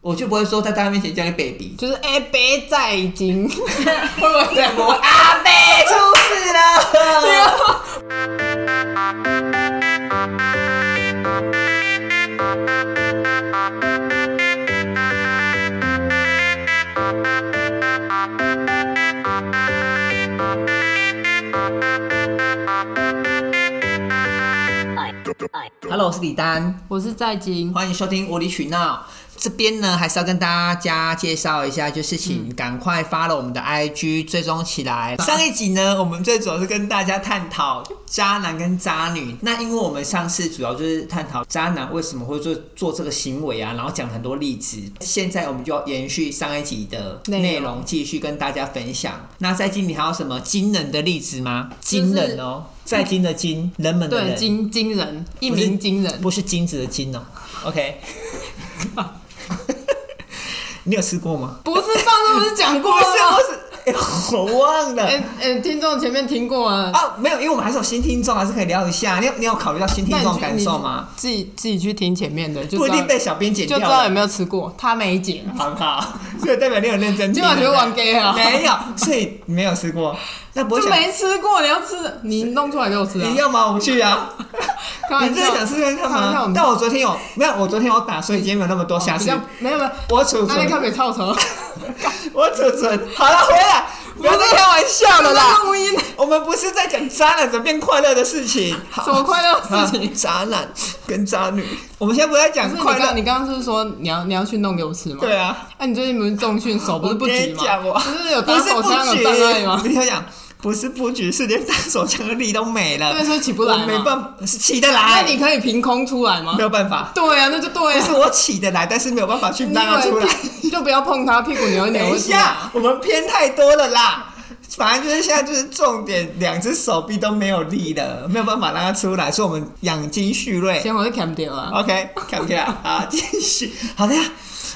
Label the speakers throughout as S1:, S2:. S1: 我就不会说在大家面前叫你 baby，
S2: 就是哎，别在 京，会不会这样？
S1: 我阿贝出事了。Hello，我是李丹，
S2: 我是在京，
S1: 欢迎收听无理取闹。这边呢，还是要跟大家介绍一下，就是
S2: 嗯
S1: 请赶快发了我们的 IG，追踪起来。上一集呢，我们最主要是跟大家探讨渣男跟渣女。那因为我们上次主要就是探讨渣男为什么会做做这个行为啊，然后讲很多例子。现在我们就要延续上一集的
S2: 内容
S1: 内容，继续跟大家分享。那在今你还有什么惊人的例子吗？惊人哦，在金的金，人们的
S2: 嗯对，
S1: 人，
S2: 惊惊人，一
S1: 不是
S2: 鸣惊人，
S1: 不是金子的金哦。OK，你有吃过吗？
S2: 不是上次不是讲过
S1: 不
S2: 了
S1: 是，
S2: 吗？
S1: 我是、哎我忘了。
S2: 哎哎，听众前面听过了，
S1: 啊，没有，因为我们还是有新听众，还是可以聊一下。你有你有考虑到新听
S2: 那你
S1: 众
S2: 去
S1: 感受吗？？
S2: 你自己自己去听前面的，就
S1: 不
S2: 知
S1: 一
S2: 道
S1: 定被小编剪
S2: 就
S1: 掉
S2: 知道有
S1: 了，
S2: 没有吃过，他没解，
S1: 好不好？所以代表你有认真
S2: 今
S1: 听。
S2: 晚就玩 gay 啊，
S1: 没有，所以没有吃过。那不会
S2: 就
S1: 想
S2: 没吃过，你要吃，你弄出来给我吃啊
S1: 你！要吗？我们去啊！
S2: 开玩
S1: 你真的
S2: 笑
S1: 想，试试看
S2: 开玩笑我
S1: 吗？
S2: 们哦
S1: 但我昨天有没有？我昨天有打，所以今天没有那么多。下
S2: 比
S1: 次
S2: 较没有没有，
S1: 我储
S2: 那你
S1: 存
S2: 看，别操车，
S1: 我储存好了，回来，不要再开玩笑了 啦。
S2: 录音
S1: 我们不是在讲渣男怎么变快乐的事情，好
S2: 什么快乐的事情？
S1: 啊渣男跟渣女，我们现在不是在
S2: 不
S1: 讲
S2: 是你
S1: 快
S2: 刚
S1: 乐，
S2: 你刚刚是说你要你要去弄给我吃吗？
S1: 对啊。
S2: 哎，你最近不是重训手不是不
S1: 我跟
S2: 举
S1: 你
S2: 吗？
S1: 讲我
S2: 不是有
S1: 不
S2: 打
S1: 是
S2: 手
S1: 不
S2: 枪有
S1: 举，
S2: 障碍吗？
S1: 你要讲不是不举，是连打手枪的力都没了。
S2: 对，所以起不
S1: 我
S2: 来
S1: 没
S2: 嘛。
S1: 办法，是起得
S2: 哎
S1: 来，
S2: 那你可以凭空出来吗
S1: 哎没？有办法，
S2: 对啊，那就对
S1: 是
S2: 啊。
S1: 我起得来，但是没有办法去
S2: 你
S1: 让它
S2: 以
S1: 出
S2: 为
S1: 来。
S2: 屁就不要碰它，屁股扭一扭。
S1: 等一
S2: 会出来
S1: 下，我们偏太多了啦。反正就是现在就是重点，两只手臂都没有力了，没有办法让它出来，所以我们养精蓄锐。
S2: 先我就 cam 掉了。
S1: OK，看不看啊？继续，好的呀。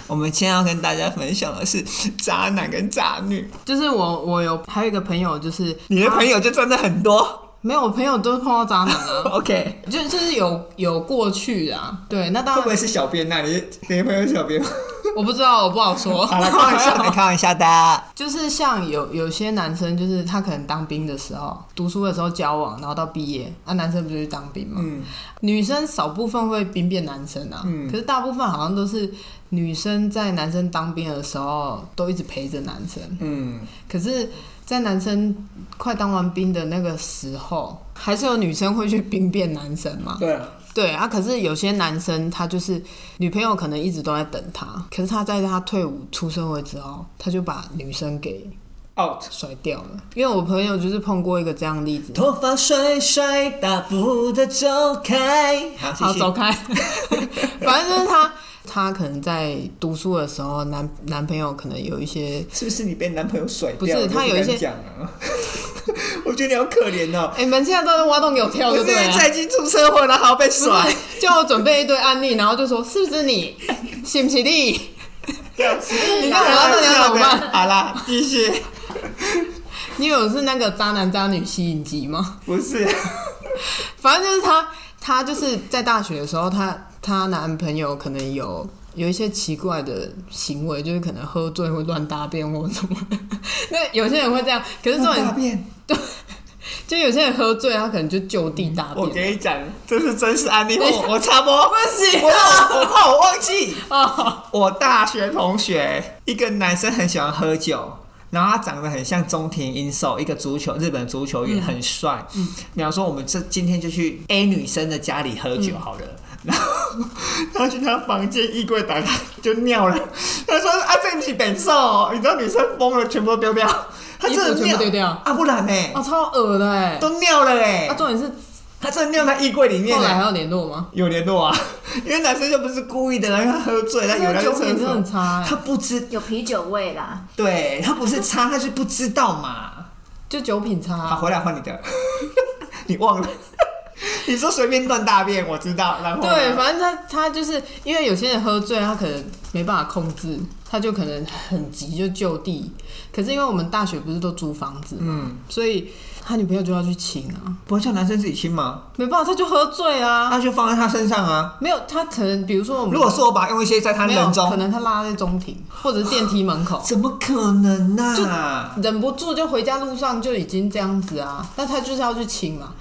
S1: 我们今天要跟大家分享的是渣男跟渣女，
S2: 就是我，我有还有一个朋友，就是
S1: 你的
S2: 他
S1: 朋友就真的很多。
S2: 没有，我朋友都是碰到渣男啊。
S1: OK，
S2: 就就是有有过去啊，对，那当
S1: 会不
S2: 然
S1: 会是小编那、你你的朋友是小编 吗？
S2: 我不知道，我不好 说。
S1: 好了，开玩笑的，开玩笑的。
S2: 就是像有有些男生，就是他可能当兵的时候、读书的时候交往，然后到毕业，那、男生不就去当兵嘛？
S1: 嗯
S2: 女生少部分会兵变男生啊，
S1: 嗯
S2: 可是大部分好像都是女生在男生当兵的时候都一直陪着男生，
S1: 嗯，
S2: 可是，在男生快当完兵的那个时候，还是有女生会去兵变男生嘛？
S1: 对，
S2: 对啊，可是有些男生他就是女朋友可能一直都在等他，可是他在他退伍出社会之后，他就把女生给
S1: out。
S2: 甩掉了。因为我朋友就是碰过一个这样的例子。
S1: 头发甩甩，大步的走开。好，
S2: 好，
S1: 继
S2: 走
S1: 续。
S2: 开。反正就是他，他可能在读书的时候，男男朋友可能有一些，
S1: 是不是你被男朋友甩掉？
S2: 不是
S1: 我就
S2: 他有一些
S1: 敢讲啊。 我觉得你好可怜哦。
S2: 哎、你们现在都在挖洞给我跳，
S1: 我
S2: 哦对啊
S1: 是
S2: 不对了？
S1: 在已经出车祸，然后还要被甩
S2: 不。 是叫我准备一堆案例，然后就说是不是你，是不是你？
S1: 啊你
S2: 那我要到底要怎么办？
S1: 啊好啦，继续。
S2: 你有是那个渣男渣女吸引机吗？
S1: 不是，
S2: 反正就是她，她就是在大学的时候，她她男朋友可能有有一些奇怪的行为，就是可能喝醉会乱大便或什么。 那有些人会这样，可是这
S1: 大
S2: 种
S1: 便。
S2: 就有些人喝醉，他可能就就地大
S1: 嗯我
S2: 便。
S1: 跟你讲，这是真实案例。我我插播，不
S2: 行啊
S1: 我怕我我怕我忘记。
S2: 哦，
S1: 我大学同学一个男生很喜欢喝酒，然后他长得很像中田英寿，一个足球日本足球员，很帅。嗯，比方说我们这今天就去 A 女生的家里喝
S2: 嗯
S1: 酒好了。然后他去他房间衣柜打开就尿了，他说啊这不是本寿、哦，你知道女生疯了，全部都丢掉，他真
S2: 衣
S1: 的
S2: 服全部
S1: 尿
S2: 丢掉
S1: 啊，不然呢、
S2: 哦，超恶的哎！
S1: 都尿了哎、
S2: 啊，重点是
S1: 他真的尿在衣柜里面
S2: 后
S1: 呢、
S2: 来还有联络吗？
S1: 有联络啊，因为男生又不是故意的，然后他喝醉，他有来就
S2: 酒品
S1: 厕
S2: 真的很
S1: 所，
S2: 差哎
S1: 他，不知
S3: 有啤酒味啦，
S1: 对他不是差，他是不知道嘛。
S2: 就酒品差
S1: 好，
S2: 啊。
S1: 回来换你的，你忘了。 你说随便乱大便，我知道。然后呢
S2: 对，反正他他就是因为有些人喝醉，他可能没办法控制，他就可能很急就就地。可是因为我们大学不是都租房子嘛，
S1: 嗯
S2: 所以他女朋友就要去请啊，
S1: 不会叫男生自己亲吗？
S2: 没办法，他就喝醉啊。
S1: 那就放在他身上啊。
S2: 没有，他可能比如说我们
S1: 如果说我把用一些在他
S2: 没有，
S1: 人
S2: 可
S1: 中，
S2: 能他拉在中庭或者是电梯门口，
S1: 怎么可能呢、啊？
S2: 忍不住就回家路上就已经这样子啊。但他就是要去请嘛，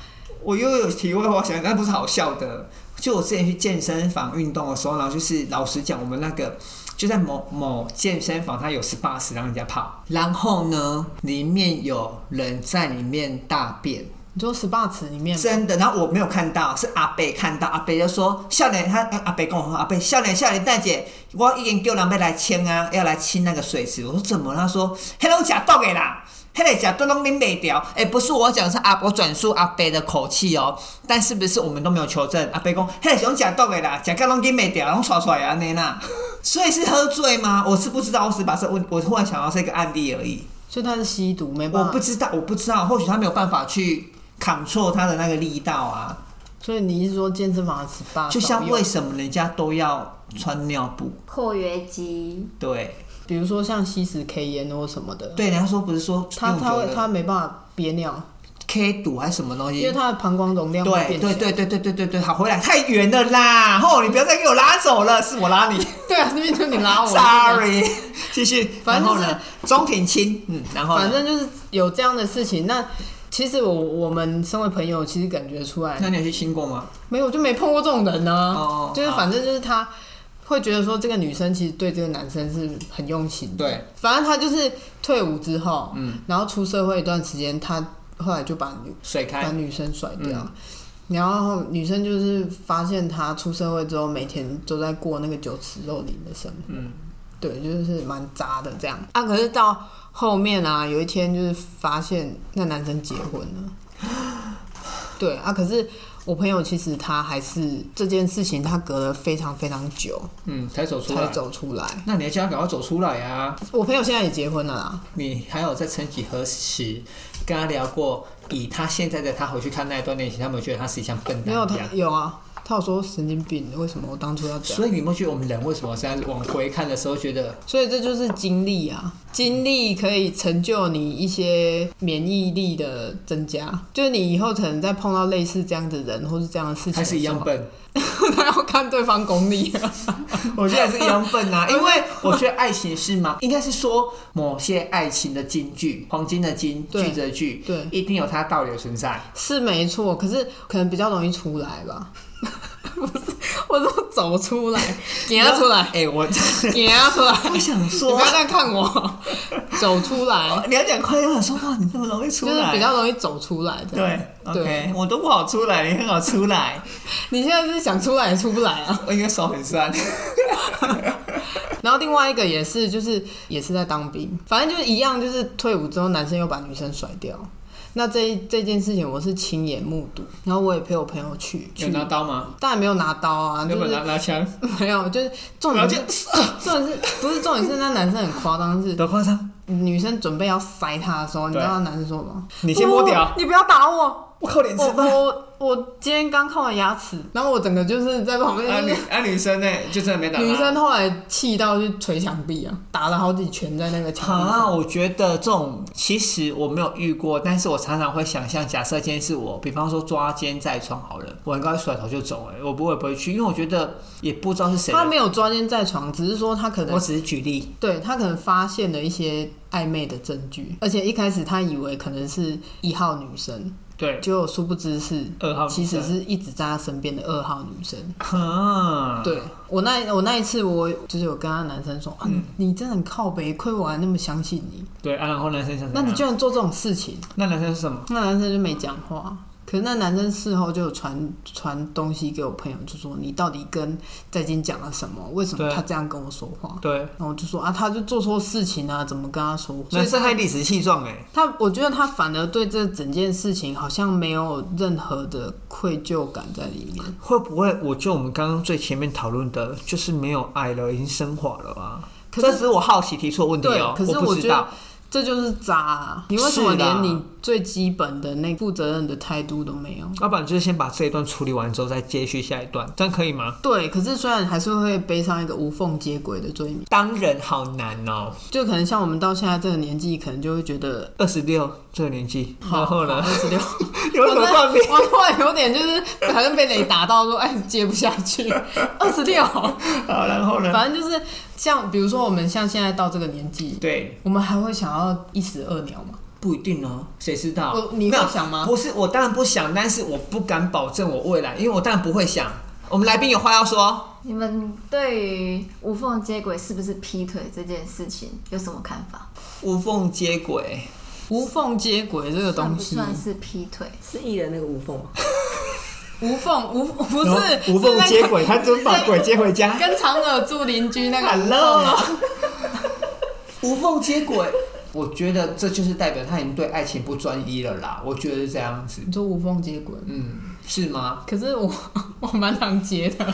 S1: 我又有体会，我想那不是好笑的。就我之前去健身房运动的时候，然后就是老实讲，我们那个就在某某健身房，它有 SPA 室让人家泡，然后呢，里面有人在里面大便。
S2: 你说 SPA 池里面嘛，
S1: 真的，然后我没有看到，是阿北看到，阿北就说笑脸，他嗯阿北跟我说，阿北笑脸笑脸蛋姐，我已经叫人要来清啊，要来清那个水池。我说怎么了？他说黑龙假冻的啦，黑龙假冻拢拎袂掉。哎、不是我讲，是阿我转述阿北的口气哦、但是不是我们都没有求证？阿北讲黑龙假冻的啦，假个拢拎袂掉，拢刷出来安尼啦。 所以是喝醉吗？我是不知道，我只把这问，我突然想到是一个案例而已。
S2: 所以他是吸毒，没
S1: 我
S2: 办
S1: 不
S2: 法。
S1: 知道，我不知道，或许他没有办法去 control 他的那个力道啊。
S2: 所以你是说健身房的 SPA
S1: 就
S2: 少
S1: 像
S2: 用
S1: 为什么人家都要穿尿布？
S3: 括约肌，
S1: 对
S2: 比如说像吸食 K 烟或什么的，
S1: 对，人家说不是说
S2: 他
S1: 用
S2: 他
S1: 久
S2: 会
S1: 了
S2: 他没办法憋尿，
S1: K 堵还是什么东
S2: 因为
S1: 西？
S2: 他的膀胱容量会
S1: 嗯对
S2: 变
S1: 对
S2: 小。
S1: 对对对对对对，好回来太远了啦！吼，你不要再给我拉走了，是我拉你
S2: 对啊，这边就你拉我。
S1: ，sorry。继续，
S2: 反
S1: 然
S2: 正
S1: 后
S2: 就是
S1: 呢，中挺轻，嗯，然后呢
S2: 反正就是有这样的事情。那其实我我们身为朋友，其实感觉出来
S1: 那你有去亲过吗？
S2: 没有，我就没碰过这种人呢、
S1: 哦
S2: 就是
S1: 好
S2: 反正就是他会觉得说，这个女生其实对这个男生是很用心的。
S1: 对，
S2: 反正他就是退伍之后，嗯，然后出社会一段时间，他后来就把女
S1: 水
S2: 把
S1: 开，嗯
S2: 女生甩掉。然后女生就是发现他出社会之后，每天都在过那个酒池肉林的生活，
S1: 嗯，
S2: 对，就是蛮渣的这样啊。可是到后面啊，有一天就是发现那男生结婚了， 对啊。可是我朋友其实他还是这件事情，他隔了非常非常久
S1: 嗯，才走出
S2: 才
S1: 来。
S2: 走出来。
S1: 那你还叫他赶快走出来啊！
S2: 我朋友现在也结婚了啦，
S1: 你还有在曾几何时跟他聊过，以他现在的他回去看那一段恋情，他们觉得他是一像笨
S2: 没有
S1: 蛋
S2: 他
S1: 一样。
S2: 有啊，他有说神经病，为什么我当初要这样？
S1: 所以你有没有觉得我们人为什么现在往回看的时候觉得
S2: 所以这就是经历啊，经历可以成就你一些免疫力的增加。就是你以后可能在碰到类似这样的人或是这样的事 情，
S1: 还是一样，笨？
S2: 他要看对方功力啊。
S1: 我觉得还是一样笨啊，因为我觉得爱情是吗？应该是说某些爱情的金句，黄金的金，
S2: 对
S1: 句则句，
S2: 对
S1: 一定有它道理的存 在。
S2: 是没错，可是可能比较容易出来吧。 不是，我说走出来，给他出来，
S1: 哎、我
S2: 给他出来，
S1: 我想
S2: 你不
S1: 说哦
S2: 要，再看我，走出来，
S1: 你要讲快，我想说哇，你这么容易出
S2: 就是
S1: 来，
S2: 比较容易走出来的。
S1: 对，OK，我都不好出来，你很好出来，
S2: 你现在是想出来也出不来啊。
S1: 我应该手很 酸。
S2: 然后另外一个也是，就是也是在当兵，反正就是一样，就是退伍之后男生又把女生甩掉。那这一这件事情我是亲眼目睹，然后我也陪我朋友去
S1: 有
S2: 去，
S1: 拿刀吗？
S2: 当然没有拿刀啊，
S1: 有
S2: 就
S1: 没有
S2: 是
S1: 拿拿枪？
S2: 没有，就是重
S1: 然后
S2: 点
S1: 就是呃
S2: 重点是不是重点是那男生很夸张，是
S1: 多夸张！
S2: 女生准备要塞他的时候，你知
S1: 对
S2: 道那男生说什么吗？
S1: 你先摸屌
S2: 不你不要打 我，
S1: 我靠，脸
S2: 我
S1: 吃饭。
S2: 我我今天刚看完牙齿，然后我整个就是在旁边
S1: 啊
S2: 就是
S1: 女啊女生呢、就真的没打。
S2: 女生后来气到去捶墙壁啊，打了好几拳在那个墙壁
S1: 啊，
S2: 上。
S1: 我觉得这种其实我没有遇过，但是我常常会想象，假设今天是我，比方说抓奸在床好了，我应该甩头就走、哎，我不会不会去，因为我觉得也不知道是谁的。
S2: 他没有抓奸在床，只是说他可
S1: 我
S2: 能
S1: 只是举例，
S2: 对他可能发现了一些暧昧的证据，而且一开始他以为可能是一号女生，
S1: 对，
S2: 结果殊不知是
S1: 二号女
S2: 其
S1: 生
S2: 实是一直在他身边的二号女生。
S1: 啊，
S2: 对我那我那一次我就是有跟他男生说，啊、你真的很靠北，亏我还那么相信你，
S1: 嗯对啊，然后男生想怎
S2: 那
S1: 样，
S2: 你居然做这种事情。
S1: 啊那男生是什么？
S2: 那男生就没讲话。可是那男生事后就有传传东西给我朋友，就说你到底跟在金讲了什么？为什么
S1: 对
S2: 他这样跟我说话？
S1: 对，
S2: 然后我就说啊，他就做错事情啊，怎么跟他说？所
S1: 男
S2: 以
S1: 生还
S2: 他
S1: 理直气壮哎、
S2: 他，我觉得他反而对这整件事情好像没有任何的愧疚感在里面。
S1: 会不会？我就我们刚刚最前面讨论的，就是没有爱了，已经升华了啊。
S2: 可
S1: 这
S2: 是
S1: 只是我好奇提出的问题
S2: 对
S1: 哦、，
S2: 可是
S1: 我不
S2: 觉
S1: 知
S2: 得
S1: 道。
S2: 这就是渣、啊。你为什么
S1: 是啦
S2: 连你最基本的那负责任的态度都没有？
S1: 要不然就是先把这一段处理完之后，再接续下一段，这样可以吗？
S2: 对，可是虽然还是会背上一个无缝接轨的罪名，
S1: 当人好难哦、
S2: 就可能像我们到现在这个年纪，可能就会觉得，
S1: 二十六这个年纪，然后呢
S2: 二，十六，
S1: 有什么断片？
S2: 我突然有点就是好像被雷打到说，哎，接不下去， 二十六，
S1: 好，然后呢？
S2: 反正就是像比如说我们像现在到这个年纪，
S1: 对，
S2: 我们还会想要一石二鸟吗？
S1: 不一定哦，谁知道？
S2: 我你会
S1: 没有
S2: 想吗
S1: 不是，我当然不想，但是我不敢保证我未来，因为我当然不会想。我们来宾有话要说，
S3: 你们对于无缝接轨是不是劈腿这件事情有什么看法？
S1: 无缝接轨。
S2: 无缝接轨这个
S3: 算
S2: 东
S3: 不
S2: 西，
S3: 算是劈腿？
S4: 是艺人那个无缝吗？
S2: 无缝无不
S1: 然后
S2: 是
S1: 无缝接，轨，
S2: 是
S1: 他真把鬼接回家
S2: 那个。跟嫦娥住邻居那个
S1: Hello，无缝接轨。我觉得这就是代表他已经对爱情不专一了啦，我觉得是这样子，
S2: 你说无缝接轨，
S1: 嗯，是吗？
S2: 可是我 我蛮常接的，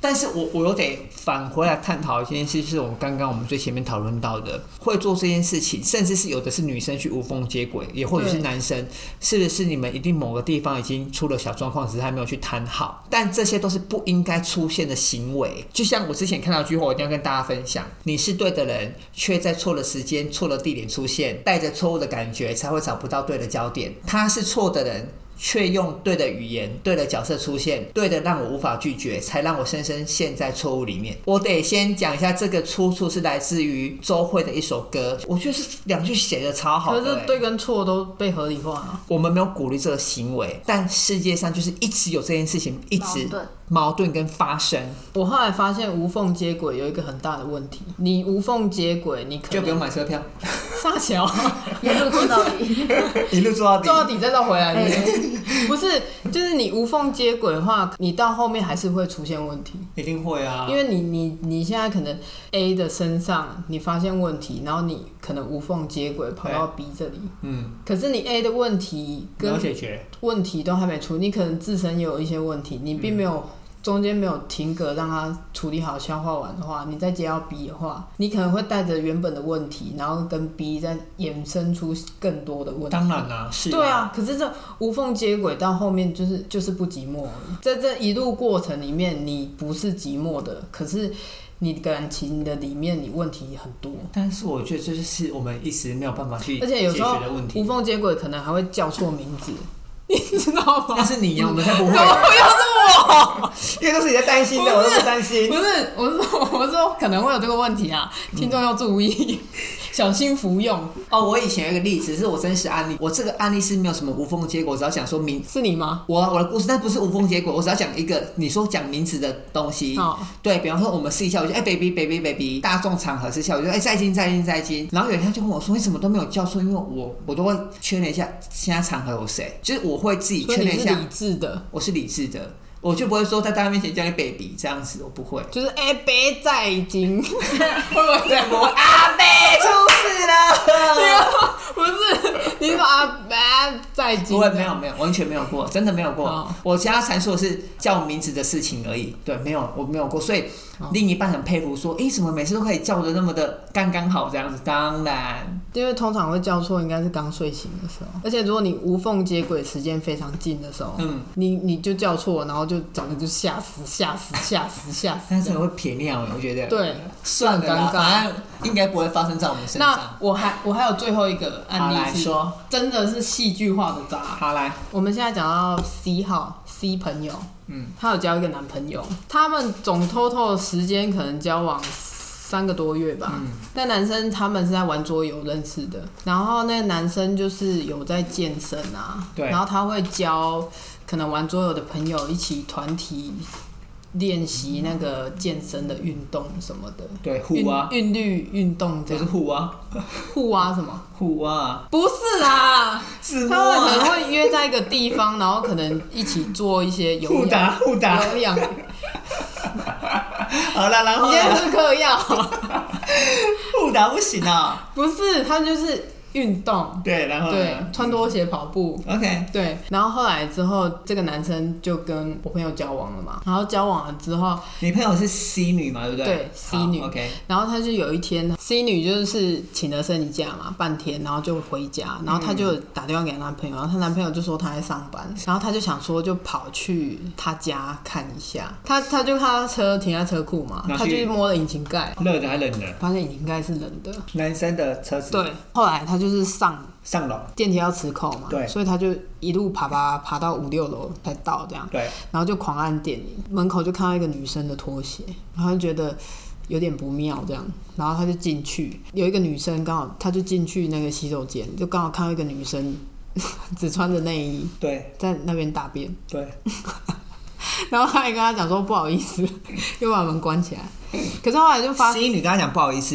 S1: 但是我我又得返回来探讨一件事，是我们刚刚我们最前面讨论到的，会做这件事情，甚至是有的是女生去无缝接轨，也或者是
S2: 对
S1: 男生，是不是你们一定某个地方已经出了小状况，只是还没有去谈好？但这些都是不应该出现的行为。就像我之前看到一句话，我一定要跟大家分享：你是对的人，却在错的时间、错的地点出现，带着错误的感觉，才会找不到对的焦点。他是错的人，却用对的语言、对的角色出现，对的让我无法拒绝，才让我深深陷在错误里面。我得先讲一下，这个出处是来自于周慧的一首歌，我觉得是两句写的超好
S2: 可
S1: 的、
S2: 是
S1: 欸
S2: 对跟错都被合理化了。
S1: 我们没有鼓励这个行为，但世界上就是一直有这件事情，一直
S3: 矛盾
S1: 矛盾跟发生，
S2: 我后来发现无缝接轨有一个很大的问题，你无缝接轨，你可
S1: 就不用
S2: 能
S1: 买车票，
S2: 上桥
S3: 一路做到底，
S1: 一路做
S2: 做到
S1: 到底。
S2: 底再绕回来，
S1: 哎
S2: 对不对不是，就是你无缝接轨的话，你到后面还是会出现问题。
S1: 一定会啊，
S2: 因为你你你现在可能 A 的身上你发现问题，然后你可能无缝接轨跑到 B 这里，
S1: 嗯，
S2: 可是你 A 的问题
S1: 没有
S2: 跟
S1: 解决，
S2: 问题都还没处理，你可能自身也有一些问题，
S1: 嗯
S2: 你并没有、中间没有停格让它处理好、消化完的话，你再接到 B 的话，你可能会带着原本的问题，然后跟 B 再衍生出更多的问题。
S1: 当然啦、是、
S2: 对，啊，可是这无缝接轨到后面就是就是不寂寞而已，在这一路过程里面，你不是寂寞的，可是你感情的里面你问题很多，
S1: 但是我觉得这就是我们一时没有办法去
S2: 而且有
S1: 解
S2: 时候
S1: 决的问题
S2: 无。缝接轨可能还会叫错名 字，你知道
S1: 那
S2: 吗？
S1: 是你呀、我们才不会
S2: 怎么
S1: 啊，
S2: 会又
S1: 因为都是你在担心的，我都不担心 嗯
S2: 是我？不。是，我是说，我是说可能会有这个问题啊，听众要 注意，小心服用。
S1: 哦，我以前有一个例子是我真实案例，我这个案例是没有什么无缝结果，只要想说明
S2: 是你吗？
S1: 我我的故事，但不是无缝结果，我只要讲一个你说讲名词的东西。
S2: 哦
S1: 对比方说我们试一下，我就哎、baby baby baby，大众场合试一下，我就哎、再见再见再见。然后有一天他就跟我说你怎么都没有叫错，因为我我都会确认一下现在场合有谁，就是我会自己
S2: 所
S1: 确
S2: 以
S1: 认一
S2: 你是理
S1: 下，
S2: 智的，
S1: 我是理智的，我就不会说在大家面前叫你 baby 这样子，我不会。
S2: 就是哎，别在已 经，会不会这样？
S1: 阿贝出事了。
S2: 不是，你说啊啊在
S1: 不
S2: 京
S1: 会，没有没有，完全没有 过，真的没有过。
S2: 哦
S1: 我其他阐述的是叫名字的事情而已，对，没有，我没有过。所以另一半很佩服，说，诶，怎么每次都可以叫的那么的刚刚好这样子？当然，
S2: 因为通常会叫错，应该是刚睡醒的时候，而且如果你无缝接轨时间非常近的时候，
S1: 嗯，
S2: 你你就叫错，然后就整个就吓死吓死吓死吓死
S1: 但，是会撇尿，我觉得。，
S2: 对，
S1: 算了啦，
S2: 很尴尬
S1: 反正应该不会发生在我们身
S2: 那
S1: 上。
S2: 我还我还有最后一个
S1: 好
S2: 案
S1: 来
S2: 例是
S1: 说，
S2: 真的是戏剧化的渣。
S1: 好来，
S2: 我们现在讲到 C 号 C 朋友，
S1: 嗯，
S2: 她有交一个男朋友，他们总 total 的时间可能交往三个多月吧。
S1: 嗯
S2: 那男生他们是在玩桌游认识的，然后那个男生就是有在健身啊，
S1: 对
S2: 然后他会教可能玩桌游的朋友一起团体练习那个健身的运动什么的。
S1: 对，互
S2: 韵
S1: 啊，
S2: 韵律运动这
S1: 就是
S2: 样，
S1: 互啊，
S2: 互啊什么？
S1: 互啊，
S2: 不是啦，
S1: 自摸
S2: 他们可能
S1: 啊，
S2: 会约在一个地方，然后可能一起做一些有
S1: 互打
S2: 氧、
S1: 互打。
S2: 有氧。
S1: 好了，然
S2: 你
S1: 后
S2: 今天
S1: 呢？
S2: 是嗑药？
S1: 互打不行啊，
S2: 不是，他就是运动，
S1: 对，然后
S2: 对
S1: 呢，
S2: 穿拖鞋跑步，
S1: OK，
S2: 对，然后后来之后，这个男生就跟我朋友交往了嘛，然后交往了之后，
S1: 你朋友是 C 女嘛，对不对
S2: 对，C 女
S1: 好，OK，
S2: 然后他就有一天，C 女就是请了生理假嘛，半天，然后就回家，然后她就打电话给她男
S1: 嗯
S2: 朋友，然后她男朋友就说她在上班，然后她就想说就跑去她家看一下，她她就看她车停在车库嘛，
S1: 那
S2: 她
S1: 去
S2: 就去摸了引擎盖，
S1: 热的还冷的，
S2: 发现引擎盖是冷的，
S1: 男生的车子
S2: 对，后来她就是上
S1: 上楼，
S2: 电梯要磁扣嘛，
S1: 对
S2: 所以她就一路爬爬爬到五六楼才到这样。
S1: 对，
S2: 然后就狂按电铃，门口就看到一个女生的拖鞋，然后就觉得有点不妙这样，然后他就进去，有一个女生刚好，他就进去那个洗手间，就刚好看到一个女生 只穿着内衣
S1: 对
S2: 在那边大便，
S1: 对，
S2: 然后他也跟他讲说不好意思， 又把门关起来，可是后来就发现，
S1: C 女跟他讲不好意 思，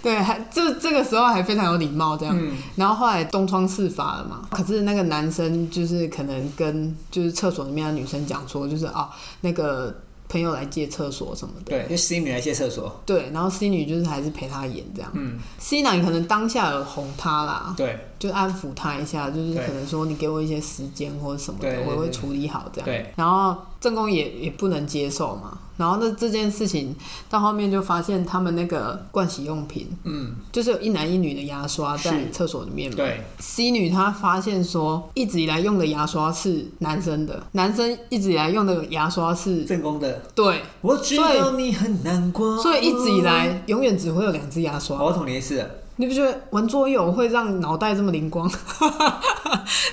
S2: 对，还这这个时候还非常有礼貌这样，
S1: 嗯
S2: 然后后来东窗事发了嘛，可是那个男生就是可能跟就是厕所里面的女生讲说，就是哦那个朋友来借厕所什么的。
S1: 对，就 C 女来借厕所，
S2: 对，然后 C 女就是还是陪他演这样。
S1: 嗯，
S2: C 男可能当下有哄他啦，
S1: 对
S2: 就安抚他一下，就是
S1: 对
S2: 可能说你给我一些时间或者什么的，
S1: 对对对
S2: 我会处理好这样。
S1: 对，
S2: 然后正宫也也不能接受嘛，然后那这件事情到后面就发现他们那个盥洗用品，
S1: 嗯，
S2: 就是有一男一女的牙刷在
S1: 是
S2: 厕所里面嘛。
S1: 对，
S2: C 女她发现说，一直以来用的牙刷是男生的，男生一直以来用的牙刷是
S1: 正宫的，
S2: 对，
S1: 我知道你很难过，
S2: 所以一直以来永远只会有两只牙刷。
S1: 好我懂你意啊思了，
S2: 你不觉得玩桌游会让脑袋这么灵光？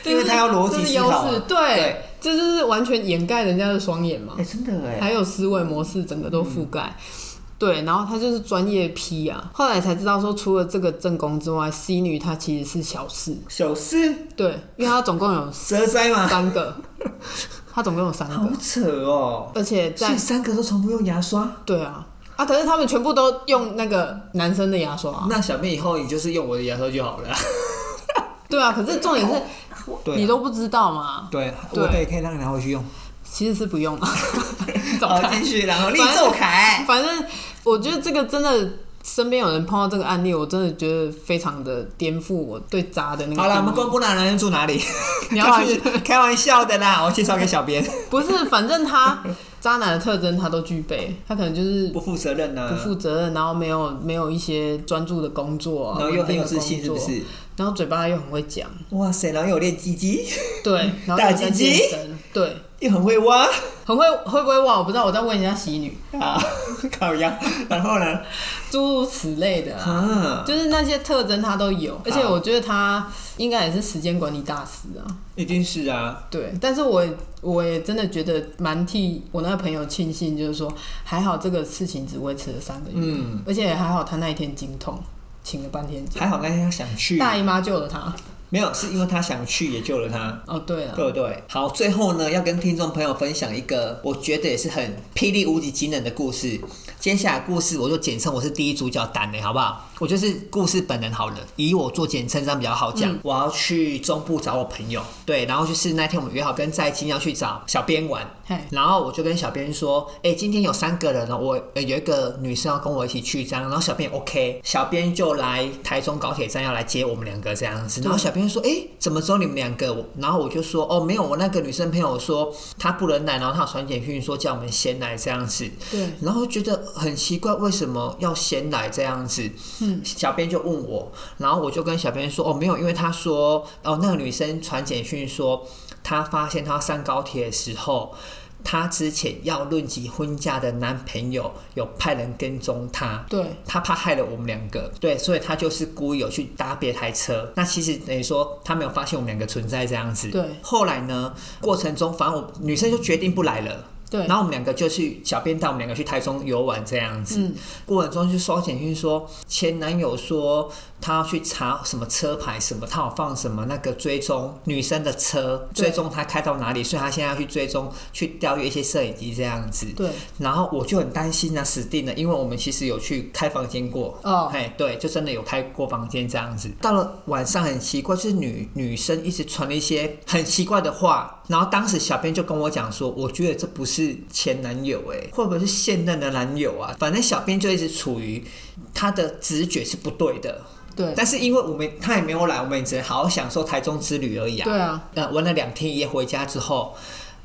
S2: 这
S1: 因为
S2: 是
S1: 它要逻辑
S2: 这是
S1: 思
S2: 优
S1: 考啊
S2: 势，对，
S1: 对
S2: 这就是完全掩盖人家的双眼嘛
S1: 哎，，真的哎，
S2: 嗯
S1: 嗯
S2: 还有思维模式整个都覆盖。对，然后他就是专业批啊，后来才知道说，除了这个正宫之外，C 女她其实是小四，
S1: 小四
S2: 对，因为她总共有
S1: 蛇灾嘛，
S2: 三个，她总共有三
S1: 好
S2: 个，
S1: 扯哦，
S2: 而且
S1: 所以
S2: 在
S1: 三个都重复用牙刷，
S2: 对啊啊，可是他们全部都用那个男生的牙刷啊、
S1: 那小妹以后你就是用我的牙刷就好了，
S2: 对啊，可是重点是
S1: 对啊
S2: 你都不知道嘛，
S1: 对，
S2: 对
S1: 我可以可以让你拿回去用，
S2: 其实是不用了，啊 走
S1: 好，
S2: 开。
S1: 继续，然后厉
S2: 反正
S1: 仲凯，
S2: 反正我觉得这个真的，身边有人碰到这个案例，我真的觉得非常的颠覆我对渣的那个定义。
S1: 好了，我们公布男人住哪里？
S2: 嗯 你要
S1: 就是开玩笑的啦，我介绍给小编，
S2: 不是，反正他渣男的特征他都具备，他可能就是
S1: 不负责任啊呢、
S2: 不负责任，然后没有没有一些专注的工作啊，
S1: 然后又很有
S2: 稳
S1: 自
S2: 定的
S1: 信，是不
S2: 工作？
S1: 是？
S2: 然后嘴巴又很会讲，
S1: 哇塞，然后又有练鸡鸡，
S2: 对，然后
S1: 大
S2: 又在
S1: 鸡鸡
S2: 健身，对，
S1: 又很会挖
S2: 很会会不会哇？我不知道，我在问人家喜女，
S1: 啊， 烤鸭，然后呢？
S2: 诸如此类的啊。
S1: 啊，
S2: 就是那些特征他都有，而且我觉得他应该也是时间管理大师啊。
S1: 一定是啊，
S2: 对，但是我我也真的觉得蛮替我那个朋友庆幸，就是说还好这个事情只维持了三个月，
S1: 嗯，
S2: 而且还好他那一天经痛，请了半天假，
S1: 还好那天他想去，
S2: 大姨妈救了他。
S1: 没有，是因为他想去也救了他。
S2: 哦，对了，
S1: 对不对？好，最后呢，要跟听众朋友分享一个我觉得也是很霹雳无敌惊人的故事。接下来故事我就简称我是第一主角丹呢，好不好？我就是故事本人好了，以我做简称这样比较好讲。我要去中部找我朋友，对，然后就是那天我们约好跟在金要去找小编玩
S2: 嘿，
S1: 然后我就跟小编说，哎、今天有三个人哦，我、呃有一个女生要跟我一起去这样，然后小编 OK，小编就来台中高铁站要来接我们两个这样子，然后小编说，哎、怎么只有你们两个？我然后我就说，哦，没有，我那个女生朋友说她不能来，然后她有传简讯说叫我们先来这样子，
S2: 对，
S1: 然后觉得很奇怪，为什么要先来这样子？嗯，小编就问我，然后我就跟小编说，哦，没有，因为他说，哦，那个女生传简讯说，她发现她上高铁的时候，她之前要论及婚嫁的男朋友有派人跟踪她，
S2: 对，
S1: 他怕害了我们两个，对，所以他就是故意有去搭别台车。那其实等于说他没有发现我们两个存在这样子。
S2: 对
S1: 后来呢，过程中反正我女生就决定不来了。
S2: 对
S1: 然后我们两个就去小编带我们两个去台中游玩这样子，
S2: 嗯
S1: 过程中就收简讯说前男友说他要去查什么车牌什么，他有放什么那个追踪女生的车，
S2: 对
S1: 追踪他开到哪里，所以他现在要去追踪去调阅一些摄影机这样子。
S2: 对，
S1: 然后我就很担心啊，死定了，因为我们其实有去开房间过，
S2: 哦
S1: 哎，对，就真的有开过房间这样子。到了晚上很奇怪，就是女女生一直传了一些很奇怪的话，然后当时小编就跟我讲说，我觉得这不是前男友、哎，会不会是现任的男友啊？反正小编就一直处于他的直觉是不对的。
S2: 对
S1: 但是因为我们他也没有来，我们也只能好好享受台中之旅而已啊。
S2: 对啊，
S1: 呃，玩了两天一夜回家之后，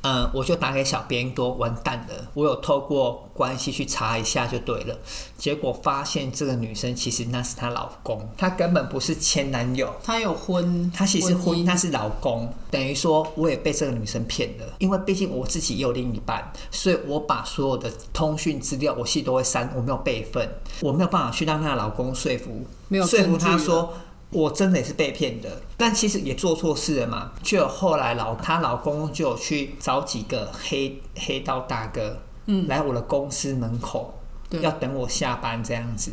S1: 嗯、我就打给小编多完蛋了，我有透过关系去查一下就对了，结果发现这个女生其实那是她老公，她根本不是前男友。
S2: 他有婚，
S1: 她其实婚，
S2: 姻
S1: 她是老公，等于说我也被这个女生骗了，因为毕竟我自己也有另一半，所以我把所有的通讯资料我系都会删，我没有备份，我没有办法去让她的老公说服，
S2: 没有
S1: 说服
S2: 证据啊
S1: 她
S2: 了
S1: 说。我真的也是被骗的，但其实也做错事了嘛。就有后来老她老公就有去找几个黑黑道大哥，嗯，来我的公司门口，
S2: 对
S1: 要等我下班这样子。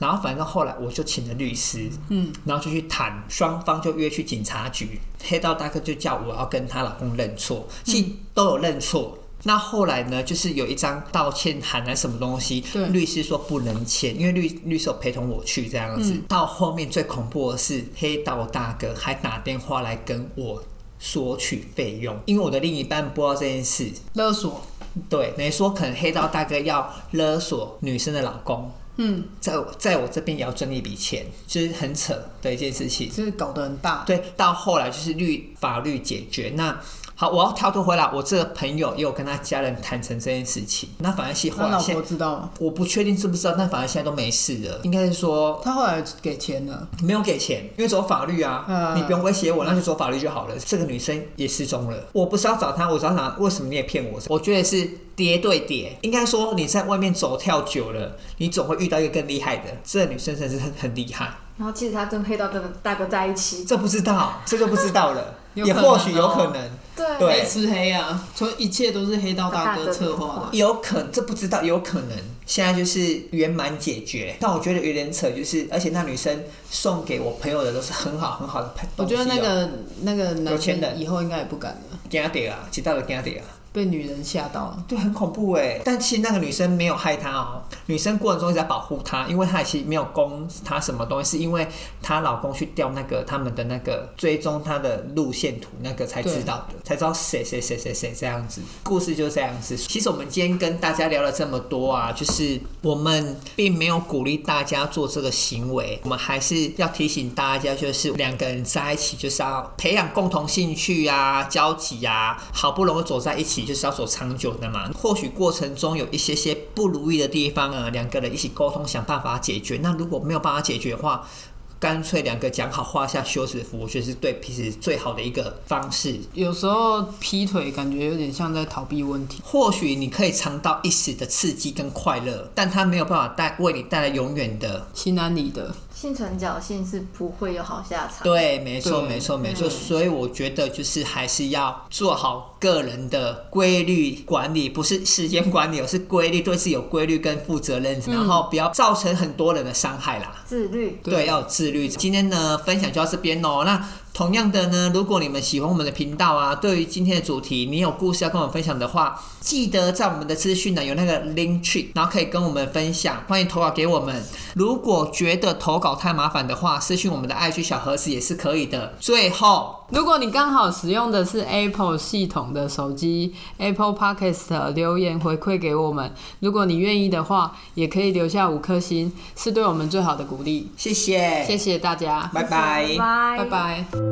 S1: 然后反正后来我就请了律师，
S2: 嗯，
S1: 然后就去谈，双方就约去警察局。黑道大哥就叫我要跟她老公认错，
S2: 嗯
S1: 其实都有认错。那后来呢，就是有一张道歉函还是什么东西
S2: 对，
S1: 律师说不能签，因为律律师有陪同我去这样
S2: 嗯
S1: 子。到后面最恐怖的是，黑道大哥还打电话来跟我索取费用，因为我的另一半不知道这件事，
S2: 勒索，
S1: 对，等于说可能黑道大哥要勒索女生的老公，
S2: 嗯，
S1: 在我在我这边也要赚一笔钱，就是很扯的一件事情。
S2: 这搞得很大，
S1: 对，到后来就是律法律解决。那好，我要跳脱回来，我这个朋友也有跟他家人谈成这件事情。那反而是后
S2: 他
S1: 来
S2: 老
S1: 现
S2: 婆知道吗？
S1: 我不确定知不知道，但反正现在都没事了。应该是说
S2: 他后来给钱了，
S1: 没有给钱，因为走法律啊，
S2: 嗯
S1: 你不用威胁我，那就走法律就好了。这个女生也失踪了，我不是要找她，我只要想为什么你也骗我？我觉得是叠对叠，应该说你在外面走跳久了，你总会遇到一个更厉害的。这个女生真的是很很厉害，
S3: 然后其实他跟黑道大哥大哥在一起，
S1: 这不知道，这就不知道了，
S2: 有
S1: 也
S2: 可能
S1: 或许有
S2: 哦
S1: 可能。
S3: 对
S1: 对
S2: 黑吃黑啊，所以一切都是黑道大哥策划的。
S1: 有可这不知道，有可能现在就是圆满解决。但我觉得有点扯，就是而且那女生送给我朋友的都是很好很好的朋
S2: 我
S1: 东西
S2: 觉
S1: 哦、
S2: 得那个那个
S1: 有
S2: 男
S1: 钱
S2: 生
S1: 人
S2: 以后应该也不敢了，
S1: 惊掉啊，知道的惊掉啊，
S2: 被女人吓到了。
S1: 对，很恐怖哎。但其实那个女生没有害他哦，女生过程中一直在保护他，因为她其实没有攻他什么东西，是因为她老公去调那个他们的那个追踪她的路线图那个才知道的，才知道谁谁谁谁谁这样子。故事就这样子。其实我们今天跟大家聊了这么多啊，就是我们并没有鼓励大家做这个行为，我们还是要提醒大家，就是两个人在一起就是要培养共同兴趣啊、交集啊，好不容易走在一起就是要走长久的嘛。或许过程中有一些些不如意的地方啊，呃两个人一起沟通想办法解决。那如果没有办法解决的话，干脆两个讲好话下休止符，我觉得是对彼此最好的一个方式。
S2: 有时候劈腿感觉有点像在逃避问题，
S1: 或许你可以尝到一时的刺激跟快乐，但它没有办法带为你带来永远的。
S2: 心安理得。
S3: 心存侥幸是不会有好下场。
S1: 对，没错，
S2: 对
S1: 没错，没错。所以我觉得就是还是要做好个人的规律管理，不是时间管理，而是规律，对自己有规律跟负责任，然后不要造成很多人的伤害啦。
S3: 自律，
S1: 对，要有自律。今天呢，分享就到这边喽。那同样的呢，如果你们喜欢我们的频道啊，对于今天的主题，你有故事要跟我们分享的话，记得在我们的资讯呢有那个 link tree，然后可以跟我们分享，欢迎投稿给我们。如果觉得投稿太麻烦的话，私讯我们的 IG 小盒子也是可以的。最后。
S2: 如果你刚好使用的是 Apple 系统的手机，Apple Podcast 留言回馈给我们。如果你愿意的话，也可以留下五颗星，是对我们最好的鼓励。
S1: 谢谢，
S2: 谢谢大家，
S1: 拜拜。
S3: 拜
S2: 拜拜